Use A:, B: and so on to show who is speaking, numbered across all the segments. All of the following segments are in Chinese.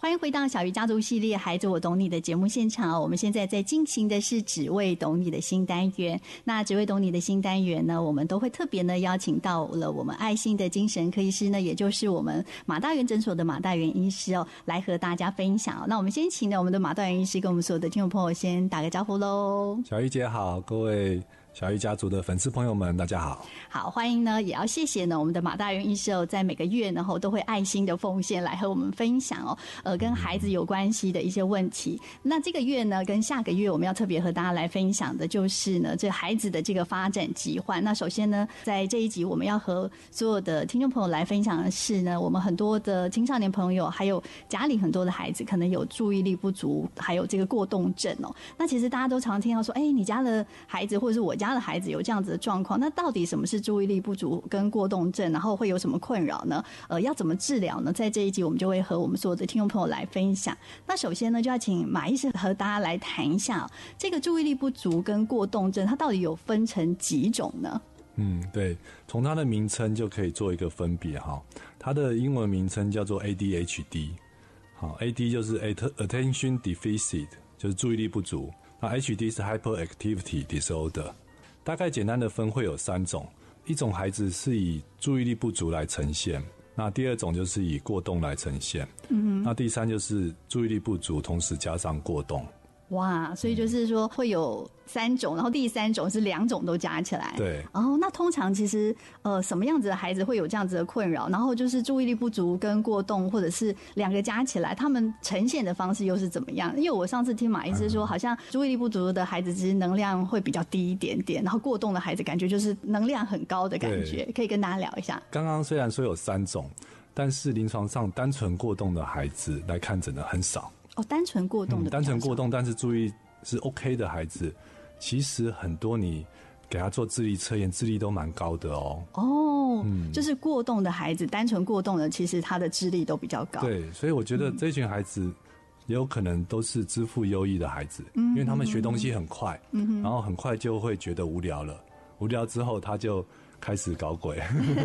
A: 欢迎回到小鱼家族系列《孩子我懂你》的节目现场。我们现在在进行的是“只为懂你”的新单元。那“只为懂你”的新单元呢，我们都会特别呢邀请到了我们爱心的精神科医师呢，也就是我们马大元诊所的马大元医师哦，来和大家分享、哦。那我们先请呢我们的马大元医师跟我们所有的听众朋友先打个招呼喽。
B: 小玉姐好，各位小玉家族的粉丝朋友们，大家好。
A: 好，欢迎呢，也要谢谢呢我们的马大元医师哦，在每个月呢后都会爱心的奉献来和我们分享哦，呃，跟孩子有关系的一些问题。那这个月呢，跟下个月我们要特别和大家来分享的就是呢，这孩子的这个发展疾患。那首先呢，在这一集我们要和所有的听众朋友来分享的是呢，我们很多的青少年朋友，还有家里很多的孩子，可能有注意力不足，还有这个过动症哦。那其实大家都常听到说，哎，你家的孩子或者是我家的孩子有这样子的状况，那到底什么是注意力不足跟过动症，然后会有什么困扰呢？呃，要怎么治疗呢？在这一集我们就会和我们所有的听众朋友来分享。那首先呢，就要请马医师和大家来谈一下、哦、这个注意力不足跟过动症，它到底有分成几种呢？
B: 嗯，对，从它的名称就可以做一个分别哈。它的英文名称叫做 ADHD，好，AD 就是 att- attention deficit，就是注意力不足。那 HD 是 hyperactivity disorder。大概简单的分会有三种，一种孩子是以注意力不足来呈现，那第二种就是以过动来呈现，嗯，那第三就是注意力不足同时加上过动。
A: 哇，所以就是说会有三种，然后第三种是两种都加起来。
B: 对
A: 哦，那通常其实呃什么样子的孩子会有这样子的困扰？然后就是注意力不足跟过动，或者是两个加起来，他们呈现的方式又是怎么样？因为我上次听马医师说，
B: 嗯
A: 好像注意力不足的孩子其实能量会比较低一点点，然后过动的孩子感觉就是能量很高的感觉，可以跟大家聊一下。
B: 刚刚虽然说有三种，但是临床上单纯过动的孩子来看诊的很少，
A: 哦，单纯过动的、
B: 嗯单纯过，动但是注意是 OK 的孩子，其实很多你给他做智力测验，智力都蛮高的哦。
A: 哦，
B: 嗯
A: 就是过动的孩子，单纯过动的，其实他的智力都比较高。
B: 对，所以我觉
A: 嗯
B: 得这群孩子也有可能都是支付优异的孩子，
A: 嗯
B: 因为他们学东西很快，然后很快就会觉得无聊了，无聊之后他就开始搞 鬼，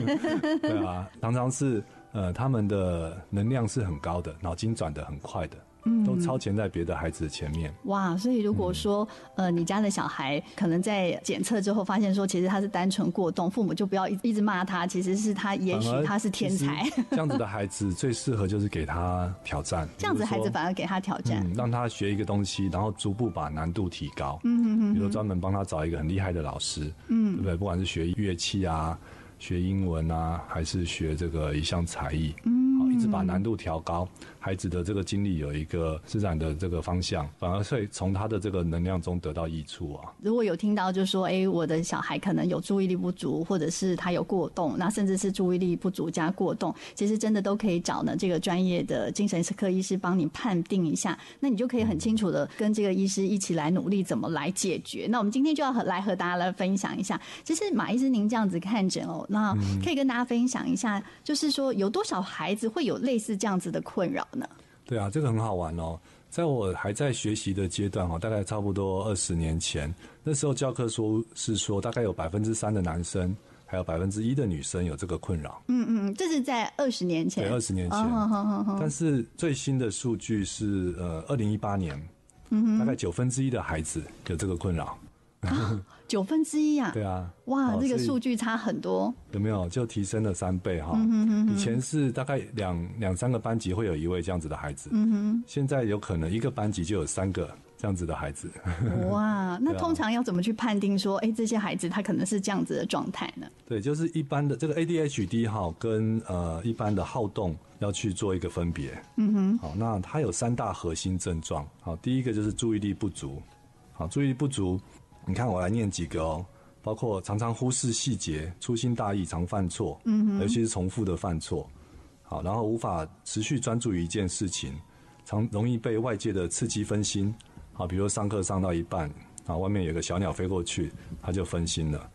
B: 对啊，常常是呃他们的能量是很高的，脑筋转得很快的，
A: 嗯
B: 都超前在别的孩子前面。
A: 哇，所以如
B: 嗯
A: 果说、呃，你家的小孩可能在检测之后发现说，其实他是单纯过动，父母就不要一一直骂他，其实是他，也许
B: 反而
A: 他是天才
B: 其，实这样子的孩子最适合就是给他挑战，
A: 这样子孩
B: 比
A: 子
B: 如说
A: 反而给他挑战。
B: 嗯，让他学一个东西，然后逐步把难度提高。嗯嗯比如专门帮他找一个很厉害的老师，嗯，对不对？不管是学乐器啊、学英文啊，还是学这个一项才艺，嗯，好，一直把难度调高，孩子的这个精力有一个施展的这个方向，反而会从他的这个能量中得到益处啊。
A: 如果有听到就说，哎、我的小孩可能有注意力不足，或者是他有过动，那甚至是注意力不足加过动，其实真的都可以找呢这个专业的精神科医师帮你判定一下，那你就可以很清楚的跟这个医师一起来努力怎么来解决。那我们今天就要和来和大家来分享一下，其实马医师您这样子看诊哦，那
B: 嗯
A: 可以跟大家分享一下，就是说有多少孩子会有类似这样子的困扰呢？
B: 对啊，这个很好玩哦。在我还在学习的阶段哈，哦大概差不多二十年前，那时候教科书是说，大概有百分之三的男生，还有百分之一的女生有这个困扰。
A: 嗯嗯，这是在二十年前，
B: 对，二十年前。
A: 哦好好
B: 但是最新的数据是，呃，二零一八年，
A: 嗯
B: 大概九分之一的孩子有这个困扰。
A: 九分之一啊，
B: 对啊，
A: 哇，
B: 哦
A: 这个
B: 所以
A: 数据差很多。
B: 有没有就提升了三倍哈？
A: 嗯
B: 以前是大概两两三个班级会有一位这样子的孩子，
A: 嗯
B: 现在有可能一个班级就有三个这样子的孩子。
A: 哇，啊那通常要怎么去判定说，哎、这些孩子他可能是这样子的状态呢？
B: 对，就是一般的这个 ADHD 哈，跟呃一般的好动要去做一个分别。嗯哼。好，那它有三大核心症状。好，第一个就是注意力不足。好，注意力不足，你看我来念几个哦，包括常常忽视细节、粗心大意、常犯错，嗯哼，尤其是重复的犯错。好，然后无法持续专注于一件事情，常容易被外界的刺激分心。好，比如上课上到一半，啊，外面有个小鸟飞过去，他就分心了。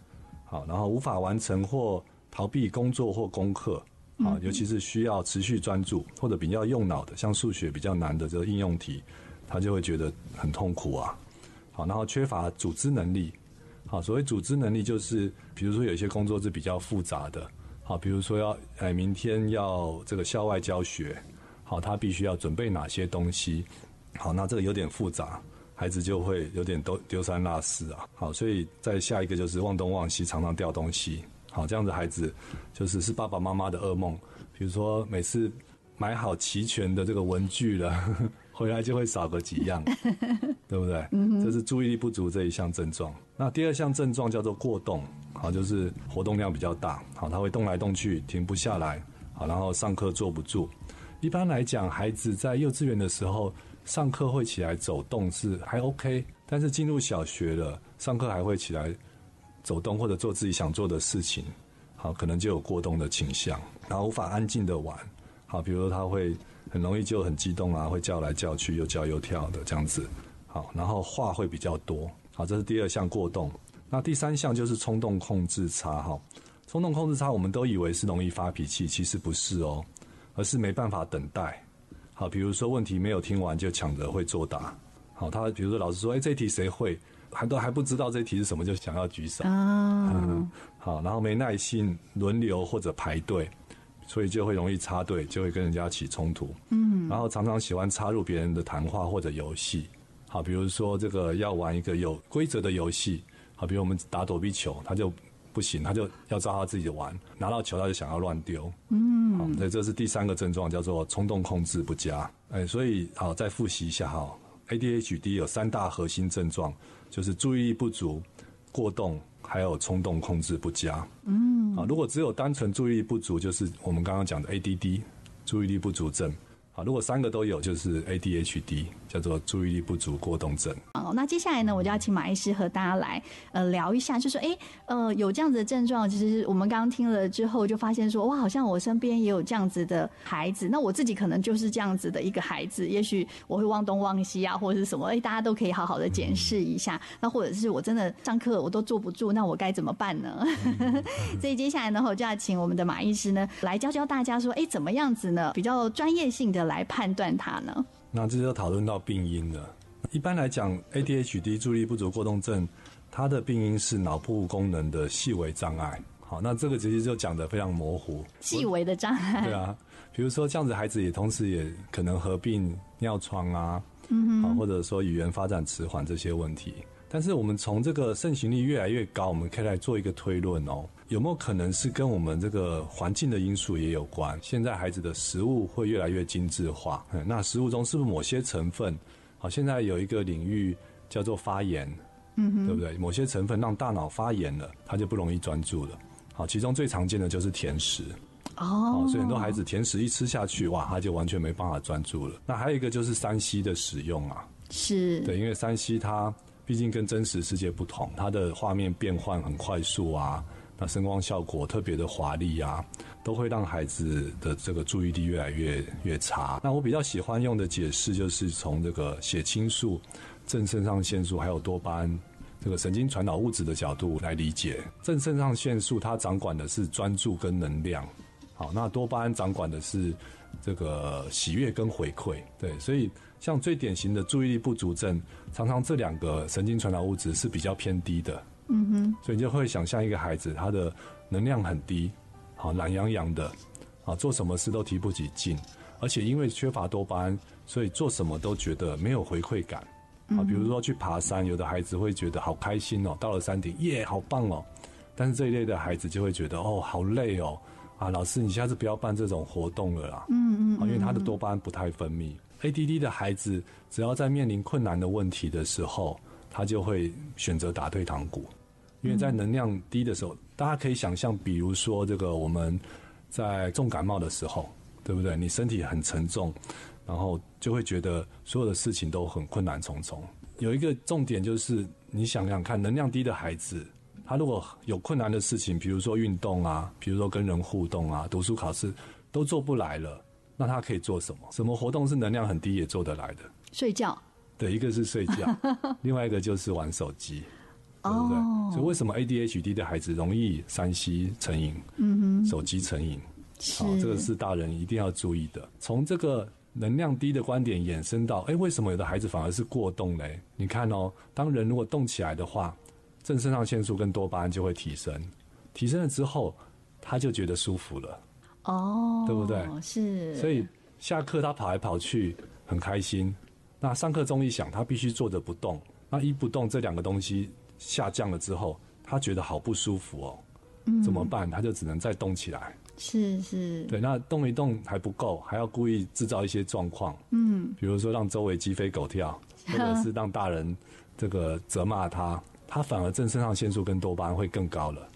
B: 好，然后无法完成或逃避工作或功课，啊，尤其是需要持续专注或者比较用脑的，像数学比较难的这个应用题，他就会觉得很痛苦啊。好，然后缺乏组织能力。好，所谓组织能力就是，比如说有一些工作是比较复杂的，好，比如说要哎明天要这个校外教学，好，他必须要准备哪些东西，好，那这个有点复杂，孩子就会有点丢丢三落四啊，好，所以再下一个就是忘东忘西，常常掉东西，好，这样子孩子就是是爸爸妈妈的噩梦，比如说每次买好齐全的这个文具了。 呵呵回来就会少个几样，对不对？这是注意力不足这一项症状。那第二项症状叫做过动，好，就是活动量比较大，好，他会动来动去，停不下来，好，然后上课坐不住。一般来讲，孩子在幼稚园的时候上课会起来走动是还 OK，但是进入小学了，上课还会起来走动或者做自己想做的事情，好，可能就有过动的倾向，然后无法安静的玩，好，比如他会。很容易就很激动啊，会叫来叫去，又叫又跳的这样子。好，然后话会比较多。好，这是第二项过动。那第三项就是冲动控制差哈。冲动控制差，我们都以为是容易发脾气，其实不是哦，而是没办法等待。好，比如说问题没有听完就抢着会作答。好，他比如说老师说，哎、欸，这题谁会？还都还不知道这题是什么，就想要举手啊、嗯。好，然后没耐心，轮流或者排队。所以就会容易插队，就会跟人家起冲突。嗯，然后常常喜欢插入别人的谈话或者游戏。好，比如说这个要玩一个有规则的游戏，好，比如我们打躲避球，他就不行，他就要照他自己玩，拿到球他就想要乱丢。嗯，好，所以这是第三个症状，叫做冲动控制不佳。哎，所以好，再复习一下哈，ADHD 有三大核心症状，就是注意力不足、过动。还有冲动控制不佳，嗯，啊，如果只有单纯注意力不足，就是我们刚刚讲的 ADD，注意力不足症。啊，如果三个都有，就是 ADHD，叫做注意力不足过动症。
A: 哦，那接下来呢，我就要请马医师和大家来呃聊一下，就说，哎、欸，呃，有这样子的症状，其实我们刚刚听了之后，就发现说，哇，好像我身边也有这样子的孩子，那我自己可能就是这样子的一个孩子，也许我会忘东忘西啊，或者是什么，哎、欸，大家都可以好好的检视一下。嗯、那或者是我真的上课我都坐不住，那我该怎么办呢？ 所以接下来呢，我就要请我们的马医师呢来教教大家说，哎、欸，怎么样子呢，比较专业性的。来判断它呢？
B: 那这就讨论到病因了。一般来讲，ADHD 注意力不足过动症，它的病因是脑部功能的细微障碍。好，那这个其实就讲的非常模糊。
A: 细微的障碍。
B: 对啊， 比如说这样子，孩子也同时也可能合并尿床啊，嗯，好，或者说语言发展迟缓这些问题。但是我们从这个盛行率越来越高，我们可以来做一个推论哦，有没有可能是跟我们这个环境的因素也有关？现在孩子的食物会越来越精致化，嗯、那食物中是不是某些成分？好，现在有一个领域叫做发炎，嗯，对不对？某些成分让大脑发炎了，他就不容易专注了。好，其中最常见的就是甜食。
A: 哦，
B: 所以很多孩子甜食一吃下去，哇，他就完全没办法专注了。那还有一个就是三 C 的使用啊，
A: 是
B: 对，因为三 C 它。毕竟跟真实世界不同，它的画面变换很快速啊，那声光效果特别的华丽啊，都会让孩子的这个注意力越来越越差。那我比较喜欢用的解释就是从这个血清素、正肾上腺素还有多巴胺这个神经传导物质的角度来理解。正肾上腺素它掌管的是专注跟能量，好，那多巴胺掌管的是这个喜悦跟回馈，对，所以。像最典型的注意力不足症，常常这两个神经传导物质是比较偏低的。嗯哼，所以你就会想象一个孩子，他的能量很低，好懒洋洋的，啊，做什么事都提不起劲，而且因为缺乏多巴胺，所以做什么都觉得没有回馈感。啊，比如说去爬山，有的孩子会觉得好开心哦，到了山顶，耶，好棒哦。但是这一类的孩子就会觉得哦，好累哦，啊，老师你下次不要办这种活动了啦。嗯嗯,嗯,嗯，因为他的多巴胺不太分泌。ADD 的孩子，只要在面临困难的问题的时候，他就会选择打退堂鼓，因为在能量低的时候，大家可以想象，比如说这个我们在重感冒的时候，对不对？你身体很沉重，然后就会觉得所有的事情都很困难重重。有一个重点就是，你想想看，能量低的孩子，他如果有困难的事情，比如说运动啊，比如说跟人互动啊，读书考试都做不来了。那他可以做什么？什么活动是能量很低也做得来的？
A: 睡觉。
B: 对，一个是睡 觉，另外一个就是玩手机，对不对？Oh. 所以为什么 ADHD 的孩子容易三 C 成瘾？嗯哼，手机成瘾。
A: 好，
B: 哦这个是大人一定要注意的。从这个能量低的观点衍生到，哎，为什么有的孩子反而是过动嘞？你看哦，当人如果动起来的话，正肾上腺素跟多巴胺就会提升，提升了之后，他就觉得舒服了。
A: 哦，
B: 对不对？
A: 是，
B: 所以下课他跑来跑去很开心，那上课钟一响，他必须坐着不动。那一不动，这两个东西下降了之后，他觉得好不舒服哦，怎么办？他就只能再动起来。
A: 是是，
B: 对，那动一动还不够，还要故意制造一些状况，
A: 嗯，
B: 比如说让周围鸡飞狗跳，或者是让大人这个责骂他，他反而正肾上腺素跟多巴胺会更高了。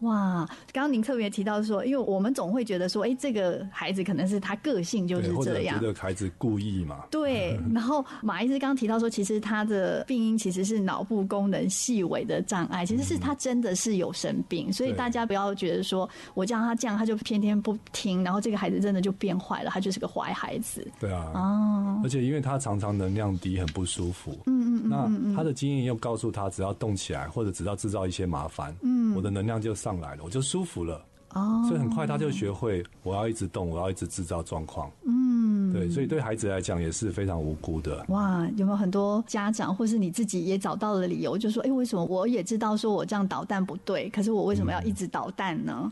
A: 哇，刚刚您特别提到说，因为我们总会觉得说，哎，这个孩子可能是他个性就
B: 对，
A: 是
B: 或
A: 这
B: 者
A: 样
B: 觉。得孩子故意嘛，
A: 对，然后马医师刚刚提到说，其实他的病因其实是脑部功能细微的障碍，其实是他真的是有生病，所以
B: 嗯对
A: 大家不要觉得说我叫他这样，他就偏偏不听，然后这个孩子真的就变坏了，他就是个坏孩子。
B: 对啊，
A: 哦，
B: 而且因为他常常能量低，很不舒服。嗯嗯那他的经验又告诉他，只要动起来，或者只要制造一些麻烦，嗯，我的能量就上来了，我就舒服了。
A: 哦，
B: 所以很快他就学会，我要一直动，我要一直制造状况。嗯，对，所以对孩子来讲也是非常无辜的。
A: 哇，有没有很多家长或是你自己也找到了理由，就说：“哎、为什么我也知道说我这样捣蛋不对，可是我为什么要一直捣蛋呢？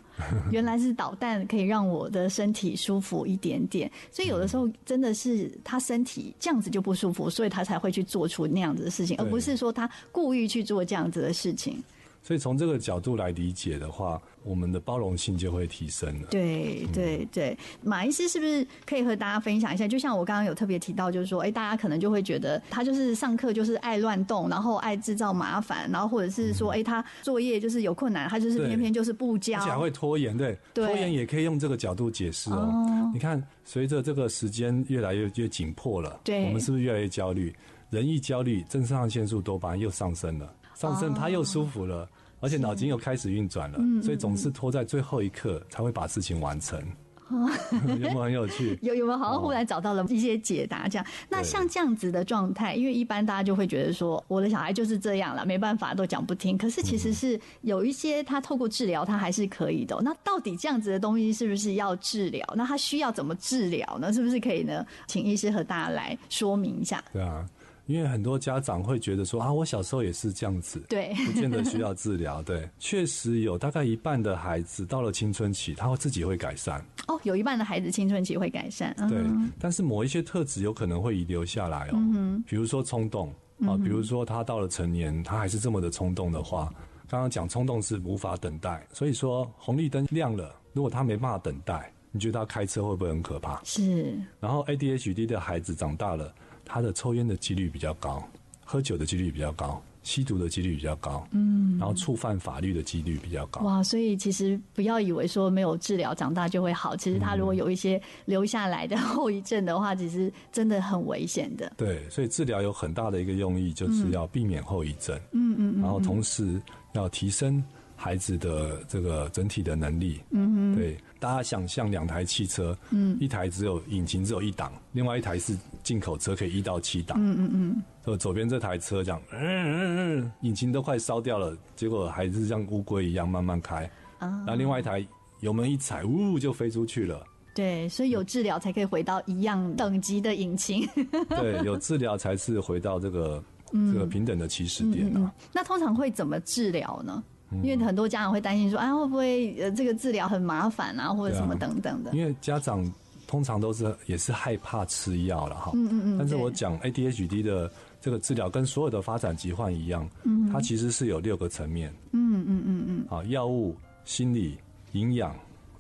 A: 原来是捣蛋可以让我的身体舒服一点点，所以有的时候真的是他身体这样子就不舒服，所以他才会去做出那样子的事情，而
B: 对
A: 不是说他故意去做这样子的事情。
B: 所以从这个角度来理解的话，我们的包容性就会提升了。嗯
A: 对对对，马医师是不是可以和大家分享一下？就像我刚刚有特别提到，就是说，哎，大家可能就会觉得他就是上课就是爱乱动，然后爱制造麻烦，然后或者是说，哎，他作业就是有困难，他就是
B: 嗯对
A: 偏偏就是不交
B: 而且。还会拖延，对，
A: 对
B: 拖延也可以用这个角度解释哦。你看，随着这个时间越来越越紧迫了，
A: 对
B: 我们是不是越来越焦虑？人一焦虑，正肾上腺素多巴胺又上升了，上升它又舒服
A: 哦
B: 了，而且脑筋又开始运转了，所以总是拖在最后一刻才会把事情完成。
A: 哦
B: 有没有很 有趣？
A: 有有没有好像忽然找到了一些解答？这样，那
B: 哦对
A: 像这样子的状态，因为一般大家就会觉得说，我的小孩就是这样了，没办法，都讲不听。可是其实是有一些他透过治疗，他还是可以的哦、那到底这样子的东西是不是要治疗？那他需要怎么治疗呢？是不是可以呢？请医师和大家来说明一下。
B: 对啊，因为很多家长会觉得说啊，我小时候也是这样子，
A: 对，
B: 不见得需要治疗。对，确实有大概一半的孩子到了青春期，他会自己会改善。
A: 哦，有一半的孩子青春期会改善，嗯、
B: 对，但是某一些特质有可能会遗留下来哦，比如说冲动啊，比如说他到了成年，他还是这么的冲动的话，刚刚讲冲动是无法等待，所以说红绿灯亮了，如果他没办法等待，你觉得他开车会不会很可怕？
A: 是
B: 然后 ADHD 的孩子长大了，他的抽烟的几率比较高，喝酒的几率比较高，吸毒的几率比较高，嗯，然后触犯法律的几率比较高。
A: 哇，所以其实不要以为说没有治疗长大就会好，其实他如
B: 嗯
A: 果有一些留下来的 后遗症的话，其实真的很危险的。
B: 对，所以治疗有很大的一个用意，就是要避免后遗症。嗯嗯然后同时要提升孩子的这个整体的能力。嗯嗯。对，大家想象两台汽车，嗯，一台只有引擎只有一档，另外一台是进口车，可以一到七档。嗯嗯嗯。就左边这台车这样，嗯嗯嗯，引擎都快烧掉了，结果还是像乌龟一样慢慢开。
A: 啊
B: 然后另外一台油门一踩，呜就飞出去了。
A: 对，所以有治疗才可以回到一样等级的引擎。
B: 对，有治疗才是回到这个这个平等的起始点啊。
A: 那通常会怎么治疗呢？因
B: 嗯
A: 为很多家长会担心说，啊，会不会呃这个治疗很麻烦啊，或者什么等等的。
B: 因为家长通常都是也是害怕吃药了哈。嗯嗯嗯。但是我讲 ADHD 的这个治疗跟所有的发展疾患一样，嗯，它其实是有六个层面。嗯嗯嗯嗯。啊，药物、心理、营养、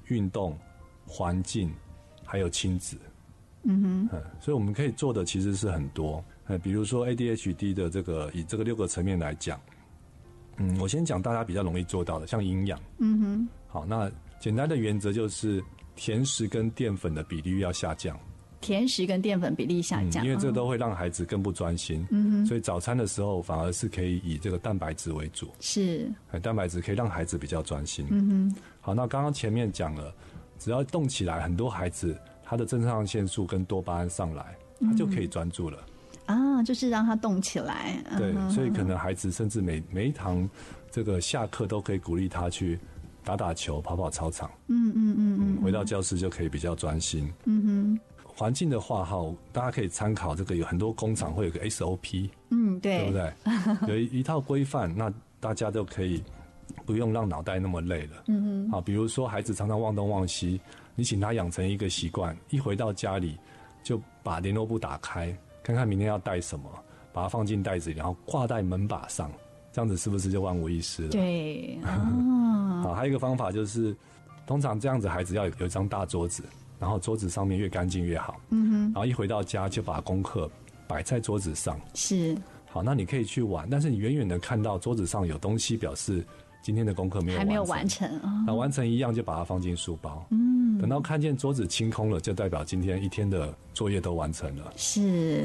B: 运动、环境，还有亲子。嗯哼，所以我们可以做的其实是很多，呃，比如说 ADHD 的这个以这个六个层面来讲，嗯，我先讲大家比较容易做到的，像营养，好，那简单的原则就是甜食跟淀粉的比率要下降，
A: 甜食跟淀粉比例下降，
B: 嗯因为这都会让孩子更不专心。嗯所以早餐的时候反而是可以以这个蛋白质为主，
A: 是
B: 哎，蛋白质可以让孩子比较专心。嗯好，那刚刚前面讲了，只要动起来，很多孩子他的正上腺素跟多巴胺上来，他就可以专注了。
A: 啊，就是让它动起来。嗯
B: 对，所以可能孩子甚至每每一堂这个下课都可以鼓励他去打打球、跑跑操场。嗯嗯嗯嗯，回到教室就可以比较专心。嗯哼。环境的话哈，大家可以参考这个，有很多工厂会有个 SOP，
A: 嗯，
B: 对不
A: 对，
B: 对？ 有一一套规范，那大家都可以不用让脑袋那么累了。嗯哼。啊，比如说孩子常常忘东忘西，你请他养成一个习惯，一回到家里就把联络簿打开，看看明天要带什么，把它放进袋子里，然后挂在门把上，这样子是不是就万无一失了？
A: 对，
B: 啊，还有一个方法就是，通常这样子孩子要有有一张大桌子，然后桌子上面越干净越好。嗯哼。然后一回到家就把功课摆在桌子上。
A: 是
B: 好，那你可以去玩，但是你远远的看到桌子上有东西，表示今天的功课没有
A: 还没有完。成啊、
B: 那完成一样就把它放进书包。嗯。等到看见桌子清空了，就代表今天一天的作业都完成了。
A: 是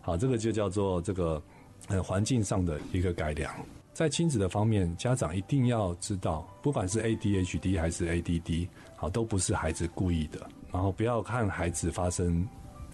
B: 好，这个就叫做这个呃环境上的一个改良。在亲子的方面，家长一定要知道，不管是 ADHD 还是 ADD，好，都不是孩子故意的。然后不要看孩子发生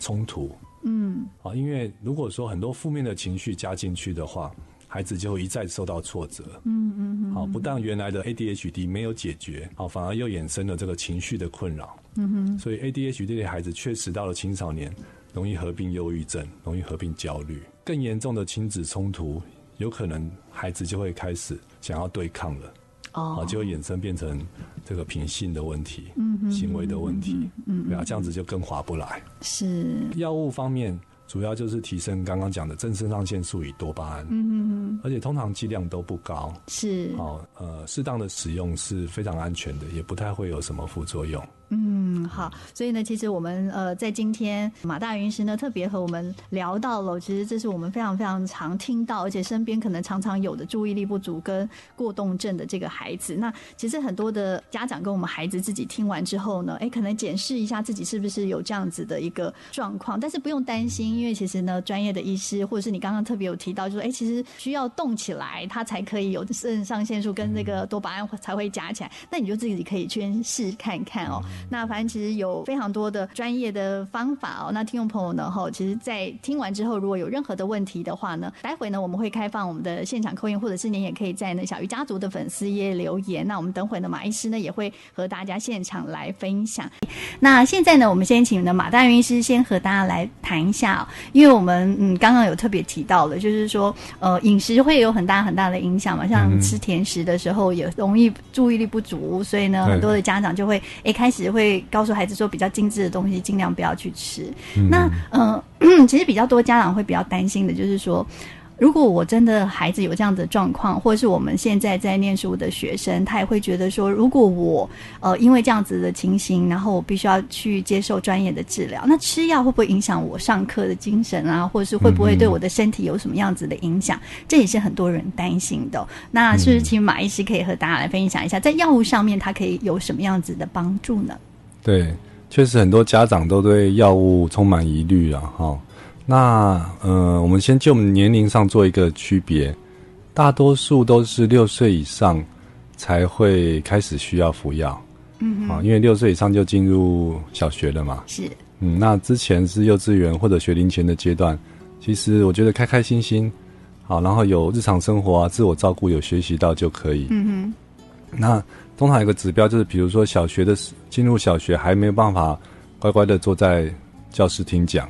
B: 冲突，嗯，好，因为如果说很多负面的情绪加进去的话，孩子就会一再受到挫折，嗯嗯嗯，好，不但原来的 ADHD 没有解决，好，反而又衍生了这个情绪的困扰，嗯哼，所以 ADHD 的孩子确实到了青少年，容易合并忧郁症，容易合并焦虑，更严重的亲子冲突，有可能孩子就会开始想要对抗了。啊，
A: 哦，
B: 就会衍生变成这个品性的问题，嗯，行为的问题，嗯，对啊，这样子就更划不来。
A: 是
B: 药物方面，主要就是提升刚刚讲的正肾上腺素与多巴胺，嗯嗯，而且通常剂量都不高，
A: 是
B: 好，呃，适当的使用是非常安全的，也不太会有什么副作用。
A: 嗯，好，所以呢，其实我们呃，在今天马大云医师呢，特别和我们聊到了，其实这是我们非常非常常听到，而且身边可能常常有的注意力不足跟过动症的这个孩子。那其实很多的家长跟我们孩子自己听完之后呢，哎，可能检视一下自己是不是有这样子的一个状况，但是不用担心，因为其实呢，专业的医师或者是你刚刚特别有提到，就是哎，其实需要动起来，它才可以有肾上腺素跟那个多巴胺才会加起来。那你就自己可以去试看看哦。那反正其实有非常多的专业的方法哦。那听众朋友呢，哈，其实，在听完之后，如果有任何的问题的话呢，待会呢我们会开放我们的现场扣音，或者是您也可以在呢小鱼家族的粉丝页留言。那我们等会呢马医师呢也会和大家现场来分享。那现在呢，我们先请呢马大云医师先和大家来谈一下哦、因为我们嗯刚刚有特别提到了，就是说呃饮食会有很大很大的影响嘛，像
B: 嗯
A: 吃甜食的时候也容易注意力不足，所以呢
B: 对
A: 很多的家长就会诶开始会告诉孩子说比较精致的东西尽量不要去吃。
B: 嗯
A: 那呃 其实比较多家长会比较担心的就是说，如果我真的孩子有这样的状况，或者是我们现在在念书的学生，他也会觉得说，如果我呃因为这样子的情形，然后我必须要去接受专业的治疗，那吃药会不会影响我上课的精神啊，或者是会不会对我的身体有什么样子的影
B: 嗯
A: 响？这也是很多人担心的哦、那是不是请马医师可以和大家来分享一下，在药物上面它可以有什么样子的帮助呢？
B: 对，确实很多家长都对药物充满疑虑啊。哈、那呃，我们先就我们年龄上做一个区别，大多数都是六岁以上才会开始需要服药。嗯啊，因为六岁以上就进入小学了嘛。
A: 是
B: 嗯，那之前是幼稚园或者学龄前的阶段，其实我觉得开开心心，好，然后有日常生活啊、自我照顾、有学习到就可以。嗯哼。那通常有个指标就是，比如说小学的时进入小学还没有办法乖乖的坐在教室听讲，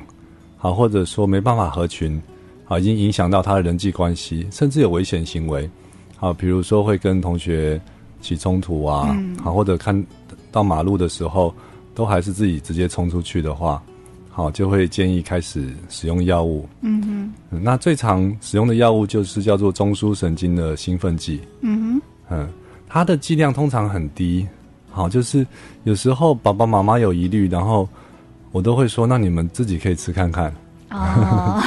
B: 好，或者说没办法合群，好，已经影响到他的人际关系，甚至有危险行为，好，比如说会跟同学起冲突啊，好，或者看到马路的时候都还是自己直接冲出去的话，好，就会建议开始使用药物。嗯哼，那最常使用的药物就是叫做中枢神经的兴奋剂。嗯哼，嗯，它的剂量通常很低。好，就是有时候爸爸妈妈有疑虑，然后我都会说，那你们自己可以吃看看。
A: 哦，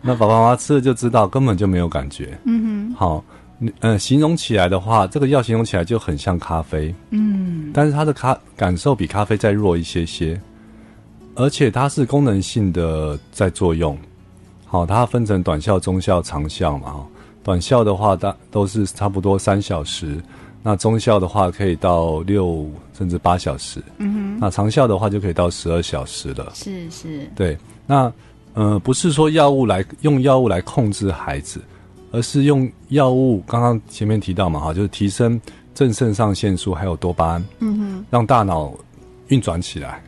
B: 那爸爸妈妈吃了就知道，根本就没有感觉。嗯哼，好，嗯、呃，形容起来的话，这个药形容起来就很像咖啡。嗯，但是它的咖感受比咖啡再弱一些些，而且它是功能性的在作用。好，它分成短效、中效、长效嘛。哈，短效的话，大都是差不多三小时。那中效的话，可以到六甚至八小时。嗯哼，那长效的话，就可以到十二小时了。
A: 是是，
B: 对，那呃，不是说药物来用药物来控制孩子，而是用药物。刚刚前面提到嘛，哈，就是提升正肾上腺素还有多巴胺，嗯哼，让大脑运转起来。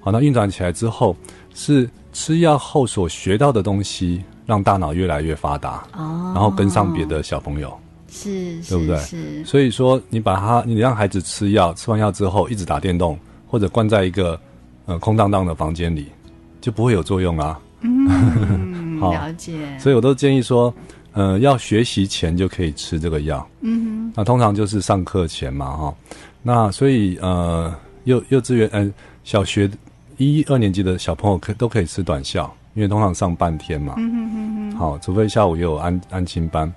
B: 好，那运转起来之后，是吃药后所学到的东西，让大脑越来越发达，
A: 哦，
B: 然后跟上别的小朋友。
A: 是，是
B: 对不对
A: 是
B: 所以说，你把他，你让孩子吃药，吃完药之后一直打电动，或者关在一个呃空荡荡的房间里，就不会有作用啦、啊
A: 嗯，
B: 好
A: 了解，
B: 所以我都建议说，呃，要学习前就可以吃这个药。
A: 嗯
B: 那通常就是上课前嘛，哈。那所以呃，幼幼稚园呃小学一二年级的小朋友可都可以吃短效，因为通常上半天嘛。嗯好，除非下午也有安安心班。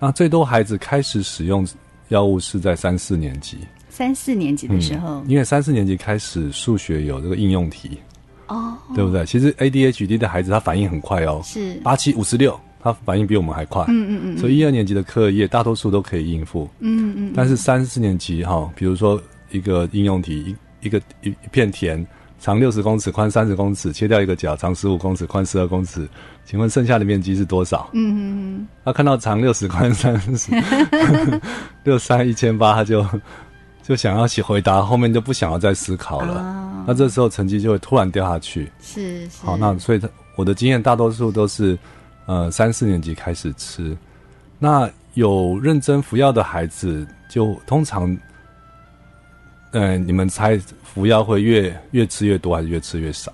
B: 那最多孩子开始使用药物是在三四年级，
A: 哼，三四年级的时候，
B: 因为三四年级开始数学有这个应用题，
A: 哦，
B: 对不对？其实 ADHD 的孩子他反应很快哦，
A: 是，
B: 八七五十六，他反应比我们还快。
A: 嗯嗯嗯
B: 所以一二年级的课业大多数都可以应付，
A: 嗯嗯，
B: 但是三四年级哈、比如说一个应用题，一一个一一片田，长六十公尺，宽三十公尺，切掉一个角，长十五公尺，宽十二公尺，请问剩下的面积是多少？嗯嗯嗯。他看到长六十，宽三十， 六三一千八，他就就想要写回答，后面就不想要再思考了。
A: 啊
B: 那这时候成绩就会突然掉下去。
A: 是是，
B: 好，那所以他我的经验大多数都是，呃，三四年级开始吃。那有认真服药的孩子，就通常，嗯、你们猜服药会越越吃越多还是越吃越少？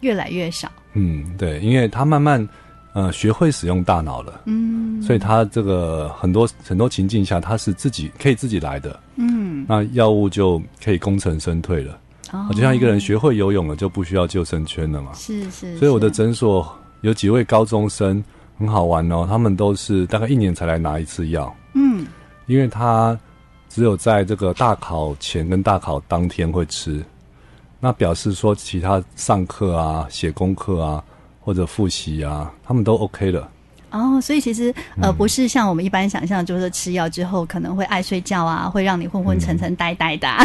A: 越来越少，
B: 嗯，对，因为他慢慢呃学会使用大脑了，
A: 嗯
B: 所以他这个很多很多情境下他是自己可以自己来的，
A: 嗯，
B: 那药物就可以功成身退了。
A: 哦
B: 就像一个人学会游泳了，就不需要救生圈了嘛。
A: 是是，
B: 所以我的
A: 是
B: 诊所有几位高中生很好玩哦，他们都是大概一年才来拿一次药，
A: 嗯
B: 因为他只有在这个大考前跟大考当天会吃，那表示说其他上课啊、写功课啊或者复习啊，他们都 OK 了。
A: 哦，所以其实
B: 嗯
A: 呃，不是像我们一般想象，就是说吃药之后可能会爱睡觉啊，会让你昏昏沉沉、呆呆的、 啊。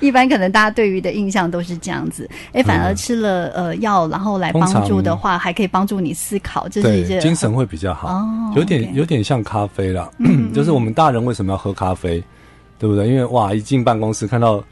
A: 一般可能大家对于的印象都是这样子，哎，反而吃了呃药，然后来
B: 通
A: 帮
B: 常
A: 助的话，还可以帮助你思考，这是一
B: 对，
A: 件
B: 精神会比较好，
A: 哦
B: 有点
A: OK
B: 有点像咖啡 啦，就是我们大人为什么要喝咖啡，对不对？因为哇，一进办公室看到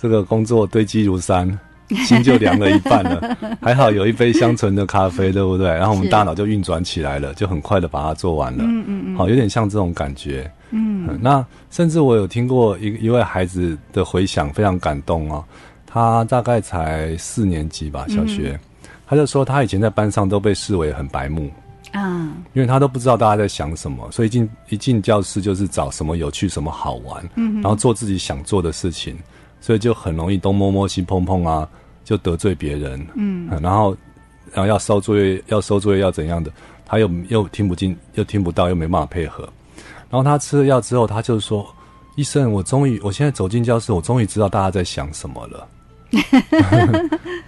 B: 这个工作堆积如 山，心就凉了一半了。还好有一杯香醇的咖啡，对不对？然后我们
A: 是
B: 大脑就运转起来了，就很快的把它做完了。嗯嗯嗯，好，有点像这种感觉。嗯，那甚至我有听过一一位孩子的回响，非常感动哦。他大概才四年级吧，小学，他就说他以前在班上都被视为很白目，
A: 啊，
B: 因为他都不知道大家在想什么，所以一进一进教室就是找什么有趣、什么好玩，然后做自己想做的事情，所以就很容易东摸摸西碰碰啊，就得罪别人，嗯，然后然后要收作业、要收作业要怎样的，他又又听不进、又听不到，又没办法配合。然后他吃了药之后，他就说：“医生，我终于，我现在走进教室，我终于知道大家在想什么了，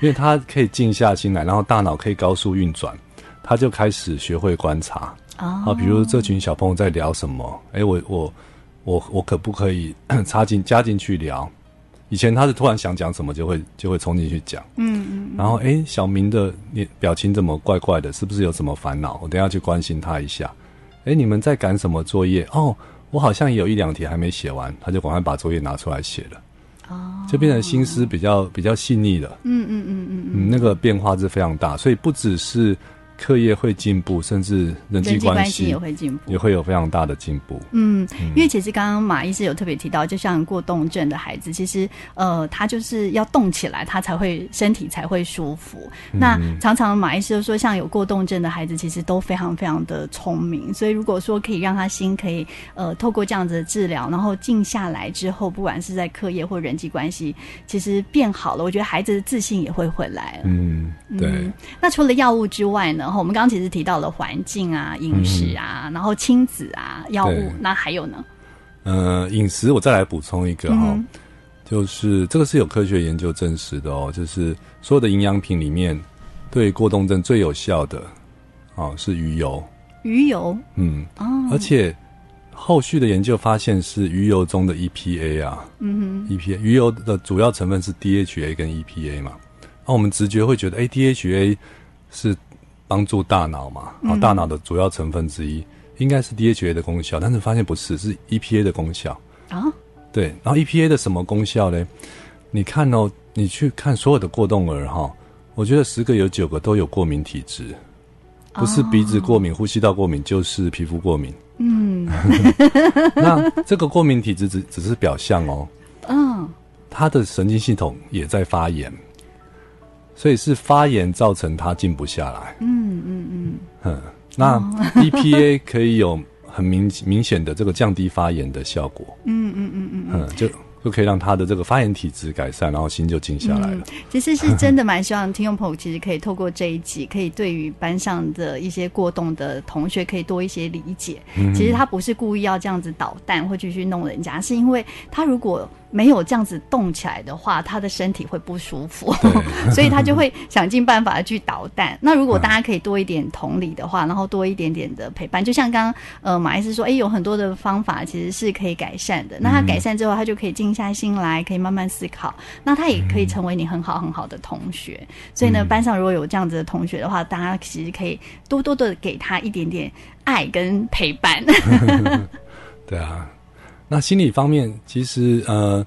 B: 因为他可以静下心来，然后大脑可以高速运转，他就开始学会观察。”
A: 哦，
B: 啊，比如这群小朋友在聊什么？哎、我我我我可不可以 插进加进去聊？以前他是突然想讲什么就会就会冲进去讲，
A: 嗯嗯，
B: 然后哎、诶小明的脸表情怎么怪怪的？是不是有什么烦恼？我等一下去关心他一下。哎、你们在赶什么作业？哦，我好像也有一两题还没写完，他就赶快把作业拿出来写了。
A: 哦，
B: 就变成心思比较比较细腻了。
A: 嗯嗯嗯
B: 嗯，那个变化是非常大，所以不只是课业会进步，甚至
A: 嗯，
B: 人际
A: 人际
B: 关
A: 关系
B: 系
A: 也会进步
B: 也。会有非常大的进步。
A: 嗯，因为其实刚刚马医师有特别提到，就像过动症的孩子，其实呃，他就是要动起来，他才会身体才会舒服。那常常马医师就说，像有过动症的孩子，其实都非常非常的聪明，所以如果说可以让他心可以呃，透过这样子的治疗，然后静下来之后，不管是在课业或人际关系，其实变好了，我觉得孩子的自信也会回来了。
B: 嗯，对，
A: 嗯那除了药物之外呢？哈，我们刚刚其实提到了环境啊、饮食啊，然后亲子啊、药物
B: 对，
A: 那还有呢？
B: 呃，饮食我再来补充一个哈、
A: 嗯
B: 就是这个是有科学研究证实的哦，就是所有的营养品里面，对过动症最有效的，哦是鱼油，
A: 鱼油
B: 嗯，
A: 哦，
B: 而且后续的研究发现是鱼油中的 EPA 啊，
A: 嗯
B: EPA 鱼油的主要成分是 DHA 跟 EPA 嘛，那、我们直觉会觉得，哎，DHA 是帮助大脑嘛，啊，
A: 嗯
B: 大脑的主要成分之一，应该是 DHA 的功效，但是发现不是，是 EPA 的功效。
A: 哼，啊，
B: 对，然后 EPA 的什么功效呢？你看哦，你去看所有的过动儿哈、我觉得十个有九个都有过敏体质，不是鼻子过敏、呼吸道过敏，就是皮肤过敏。
A: 嗯
B: 那这个过敏体质只只是表象哦，
A: 嗯，
B: 他的神经系统也在发炎，所以是发炎造成它静不下来。
A: 嗯嗯嗯，
B: 嗯，那 EPA 可以有很明明显的这个降低发炎的效果。嗯嗯嗯嗯，嗯，就就可以让它的这个发炎体质改善，然后心就静下来了。
A: 其实是真的蛮希望听众朋友其实可以透过这一集，可以对于班上的一些过动的同学可以多一些理解。
B: 嗯
A: 其实他不是故意要这样子捣蛋或去去弄人家，是因为他如果没有这样子动起来的话，他的身体会不舒服，
B: 嗯
A: 所以他就会想尽办法去捣蛋。那如果大家可以多一点同理的话，然后多一点点的陪伴，就像刚刚呃马医师说，哎、有很多的方法其实是可以改善的。那他改善之后，他就可以静下心来，可以慢慢思考。那他也可以成为你很好很好的同学。所以呢，班上如果有这样子的同学的话，大家其实可以多多的给他一点点爱跟陪伴。
B: 对啊，那心理方面，其实呃，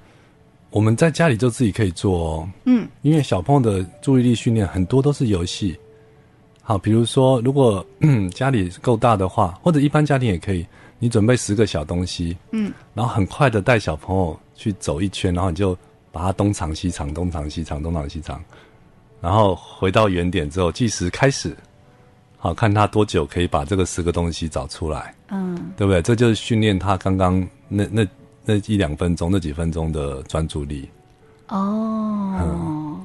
B: 我们在家里就自己可以做哦。
A: 嗯，
B: 因为小朋友的注意力训练很多都是游戏。好，比如说，如果 嗯家里够大的话，或者一般家庭也可以，你准备十个小东西，
A: 嗯，
B: 然后很快的带小朋友去走一圈，然后你就把它东藏西藏，东藏西藏，东藏西藏，然后回到原点之后，计时开始，好看他多久可以把这个十个东西找出来。
A: 嗯
B: 对不对？这就是训练他刚刚那那那一两分钟、那几分钟的专注 力，
A: 哦，。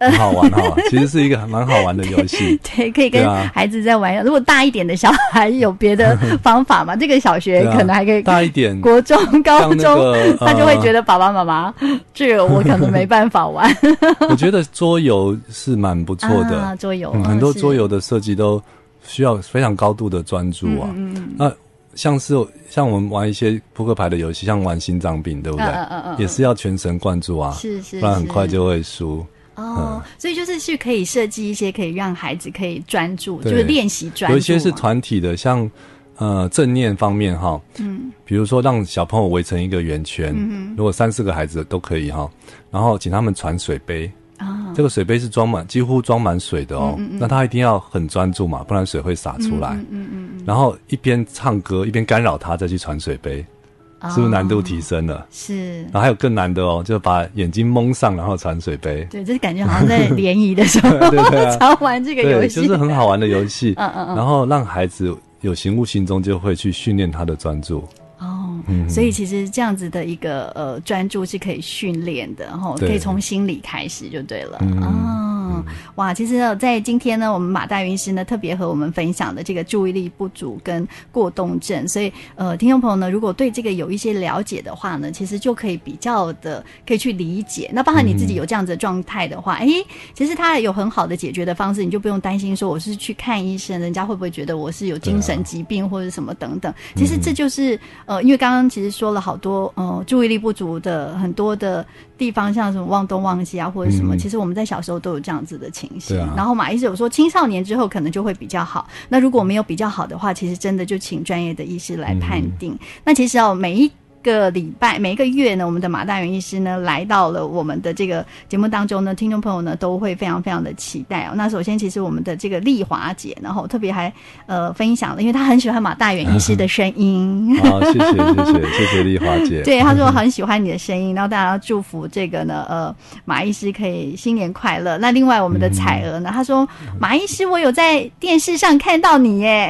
B: 很好玩哈。其实是一个蛮好玩的游戏
A: 对，可以
B: 对
A: 跟
B: 啊
A: 孩子在玩。如果大一点的小孩有别的方法 嘛，这个小学
B: 对啊
A: 可能还可以。
B: 大一点，
A: 国中、高
B: 像
A: 中，
B: 那个 嗯
A: 他就会觉
B: 得。
A: 得爸爸妈妈，这个我可能没办法玩。
B: 呃我觉得桌游是蛮不 错的，
A: 啊、桌游、
B: 嗯
A: 嗯
B: 很多桌
A: 是
B: 游的设计都需要非常高度的专注啊。
A: 嗯嗯
B: 那像是像我们玩一些扑克牌的游戏，像玩心脏病，对不对？
A: 嗯嗯嗯嗯
B: 也是要全神贯注啊，
A: 是是，
B: 不然很
A: 是
B: 快就嗯会输。
A: 哦，所以就是是可以设计一些可以让孩子可以专注，就
B: 对
A: 是练习专注嘛。
B: 有一些是团体的，像呃正念方面哈，
A: 嗯，
B: 比如说让小朋友围成一个圆圈，如果三四个孩子都可以哈，然后请他们传水杯，
A: 啊，
B: 这个水杯是装满几乎装满水的哦，那他一定要很专注嘛，不然水会洒出来。
A: 嗯嗯嗯
B: 然后一边唱歌一边干扰他再去传水杯，
A: 嗯，
B: 是不是难度
A: 哦
B: 提升了？
A: 是？
B: 然后还有更难的哦，就把眼睛蒙上，然后传水杯
A: 。对，这感觉好像在联谊的时候
B: 对对啊
A: 常玩这个游
B: 对，
A: 戏，
B: 就是很好玩的游戏。
A: 嗯嗯嗯，
B: 然后让孩子有形无形中就会去训练他的专注。
A: 哦，所以其实这样子的一个呃专注是可以训练的，然后可
B: 对
A: 以从心里开始就对了，哦。哇，其实呢，在今天呢，我们马大云医师呢特别和我们分享的这个注意力不足跟过动症，所以呃，听众朋友呢，如果对这个有一些了解的话呢，其实就可以比较的可以去理解。那包含你自己有这样子的状态的话，哎、其实它有很好的解决的方式，你就不用担心说我是去看医生，人家会不会觉得哦我是有精神疾病或者什么等等。其实这就是呃，因为刚刚其实说了好多呃注意力不足的很多的地方，像什么忘东忘西啊或者什么，
B: 嗯
A: 其实我们在小时候都有这样子的情形。
B: 对啊
A: 然后马医师有说，青少年之后可能就会比较好。那如果没有比较好的话，其实真的就请专业的医师来判
B: 嗯
A: 定。那其实哦，每一。个礼拜每一个月呢，我们的马大元医师呢来到了我们的这个节目当中呢，听众朋友呢都会非常非常的期待哦。那首先，其实我们的这个丽华姐呢，然后特别还呃分享了，因为她很喜欢马大元医师的声音，
B: 好，啊谢谢谢谢谢谢丽华姐。
A: 对，她说我很喜欢你的声音，然后大家祝福这个呢，呃，马医师可以新年快乐。那另外我们的彩
B: 嗯
A: 娥呢，她说马医师，我有在电视上看到你耶，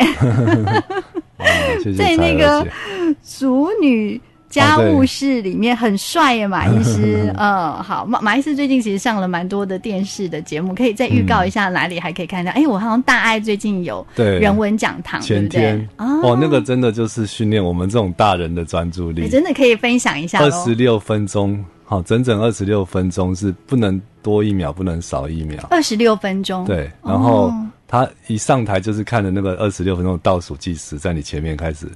B: 啊，谢谢
A: 对
B: 彩
A: 那
B: 娥
A: 个
B: 姐
A: 熟女。家
B: 哦对
A: 务事里面很帅耶，马医 师。嗯，好，马马医师最近其实上了蛮多的电视的节目，可以再预告一下哪里还可以看到。哎、我好像大爱最近有
B: 嗯对
A: 人文讲堂，对
B: 前
A: 不对
B: 天？哦，那个真的就是训练我们这种大人的专注
A: 你
B: 力。
A: 哎真的哦可以分享一下
B: 二
A: 喽
B: 十。六分钟，好，整整二十六分钟是不能多一秒，不能少一秒。
A: 二十六分钟，
B: 对，然后
A: 哦
B: 他一上台就是看着那个二十六分钟的倒数计时，在你前面开始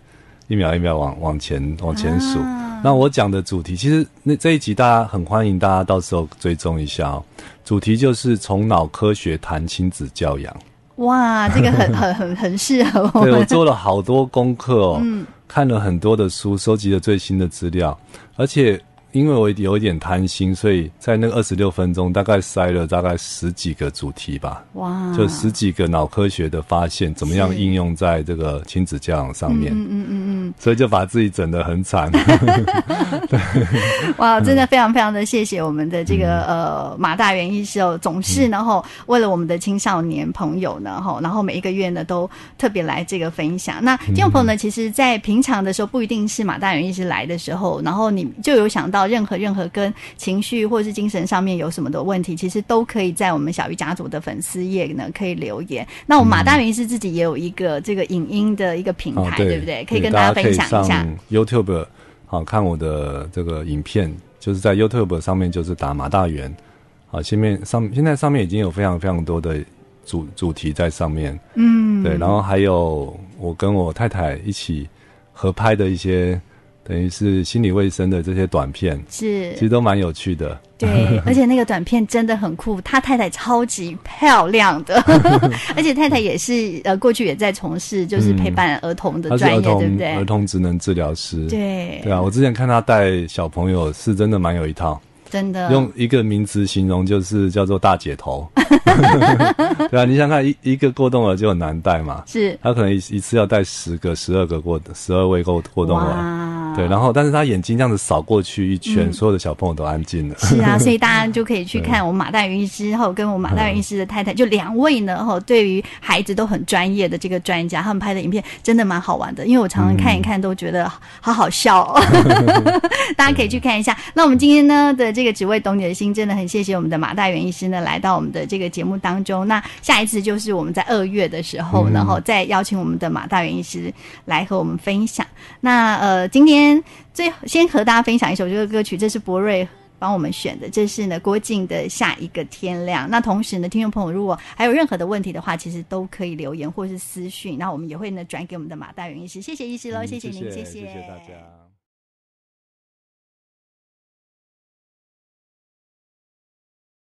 B: 一秒一秒往往前往前数。
A: 啊
B: 那我讲的主题，其实那这一集大家很欢迎大家到时候追踪一下哦。主题就是从脑科学谈亲子教 养。
A: 哇，这个很很很很适合我
B: 对我
A: 们。
B: 做了好多功课哦，
A: 嗯
B: 看了很多的书，收集了最新的资料，而且因为我有一点贪心，所以在那二十六分钟大概塞了大概十几个主题吧，
A: 哇，
B: 就十几个脑科学的发现，怎么样
A: 嗯是
B: 应用在这个亲子教养上面？
A: 嗯嗯嗯嗯
B: 嗯，所以就把自己整得很惨。
A: 哇，真的非常非常的谢谢我们的这个、
B: 嗯
A: 呃马大元医师哦，总是然后为了我们的青少年朋友呢，吼，然后每一个月呢都特别来这个分享。那
B: 嗯
A: 听众朋友呢，其实，在平常的时候不一定是马大元医师来的时候，然后你就有想到任何任何跟情绪或是精神上面有什么的问题，其实都可以在我们小鱼家族的粉丝页呢可以留言。那我们马大元医师自己也有一个这个影音的一个平
B: 哦
A: 台，，
B: 对
A: 不对？可以跟大家分享一下。。
B: 可以上 YouTube 好、看我的这个影片，就是在 YouTube 上面就是打马大元，好、前面上现在上面已经有非常非常多的主主题在上面，嗯，对，然后还有我跟我太太一起合拍的一些，等于是心理卫生的这些短片，
A: 是
B: 其，实都蛮有趣的。
A: 对，而且那个短片真的很酷，他太太超级漂亮的， 而且太太也是呃，过去也在从事就是陪伴儿童的
B: 她是
A: 专业，
B: 儿
A: 对不
B: 童儿
A: 对？
B: 童职能治疗师，
A: 对，
B: 对啊，我之前看她带小朋友是真的蛮有一套。
A: 真的
B: 用一个名词形容就是叫做大姐 头，对啊，你想看一一个过动儿就很难带嘛，
A: 是
B: 他可能一一次要带十个、十二个过十二位过过动儿，
A: 哇嗯
B: 对，然后但是他眼睛这样子扫过去一圈，所有的小朋友都安静了，
A: 是 啊，所以大家就可以去看我们马大云医师，后跟我们马大云医师
B: 嗯
A: 的太太，就两位呢，哈，对于孩子都很专业的这个专家，他们拍的影片真的蛮好玩的，因为我常常看一看
B: 嗯
A: 都觉得好好笑、哦， 大家可以去看一下。那我们今天呢的这个只为懂你的心，真的很谢谢我们的马大元医师呢来到我们的这个节目当中。那下一次就是我们在二月的时候，然后再邀请我们的马大元医师来和我们分享。那呃，今天最先和大家分享一首这个歌曲，这是博瑞。帮我们选的，这是呢郭靖的下一个天亮。那同时呢，听众朋友如果还有任何的问题的话，其实都可以留言或是私讯，那我们也会呢转给我们的马大元医师。谢谢医师喽，谢您，
B: 嗯谢
A: 谢
B: 谢大家。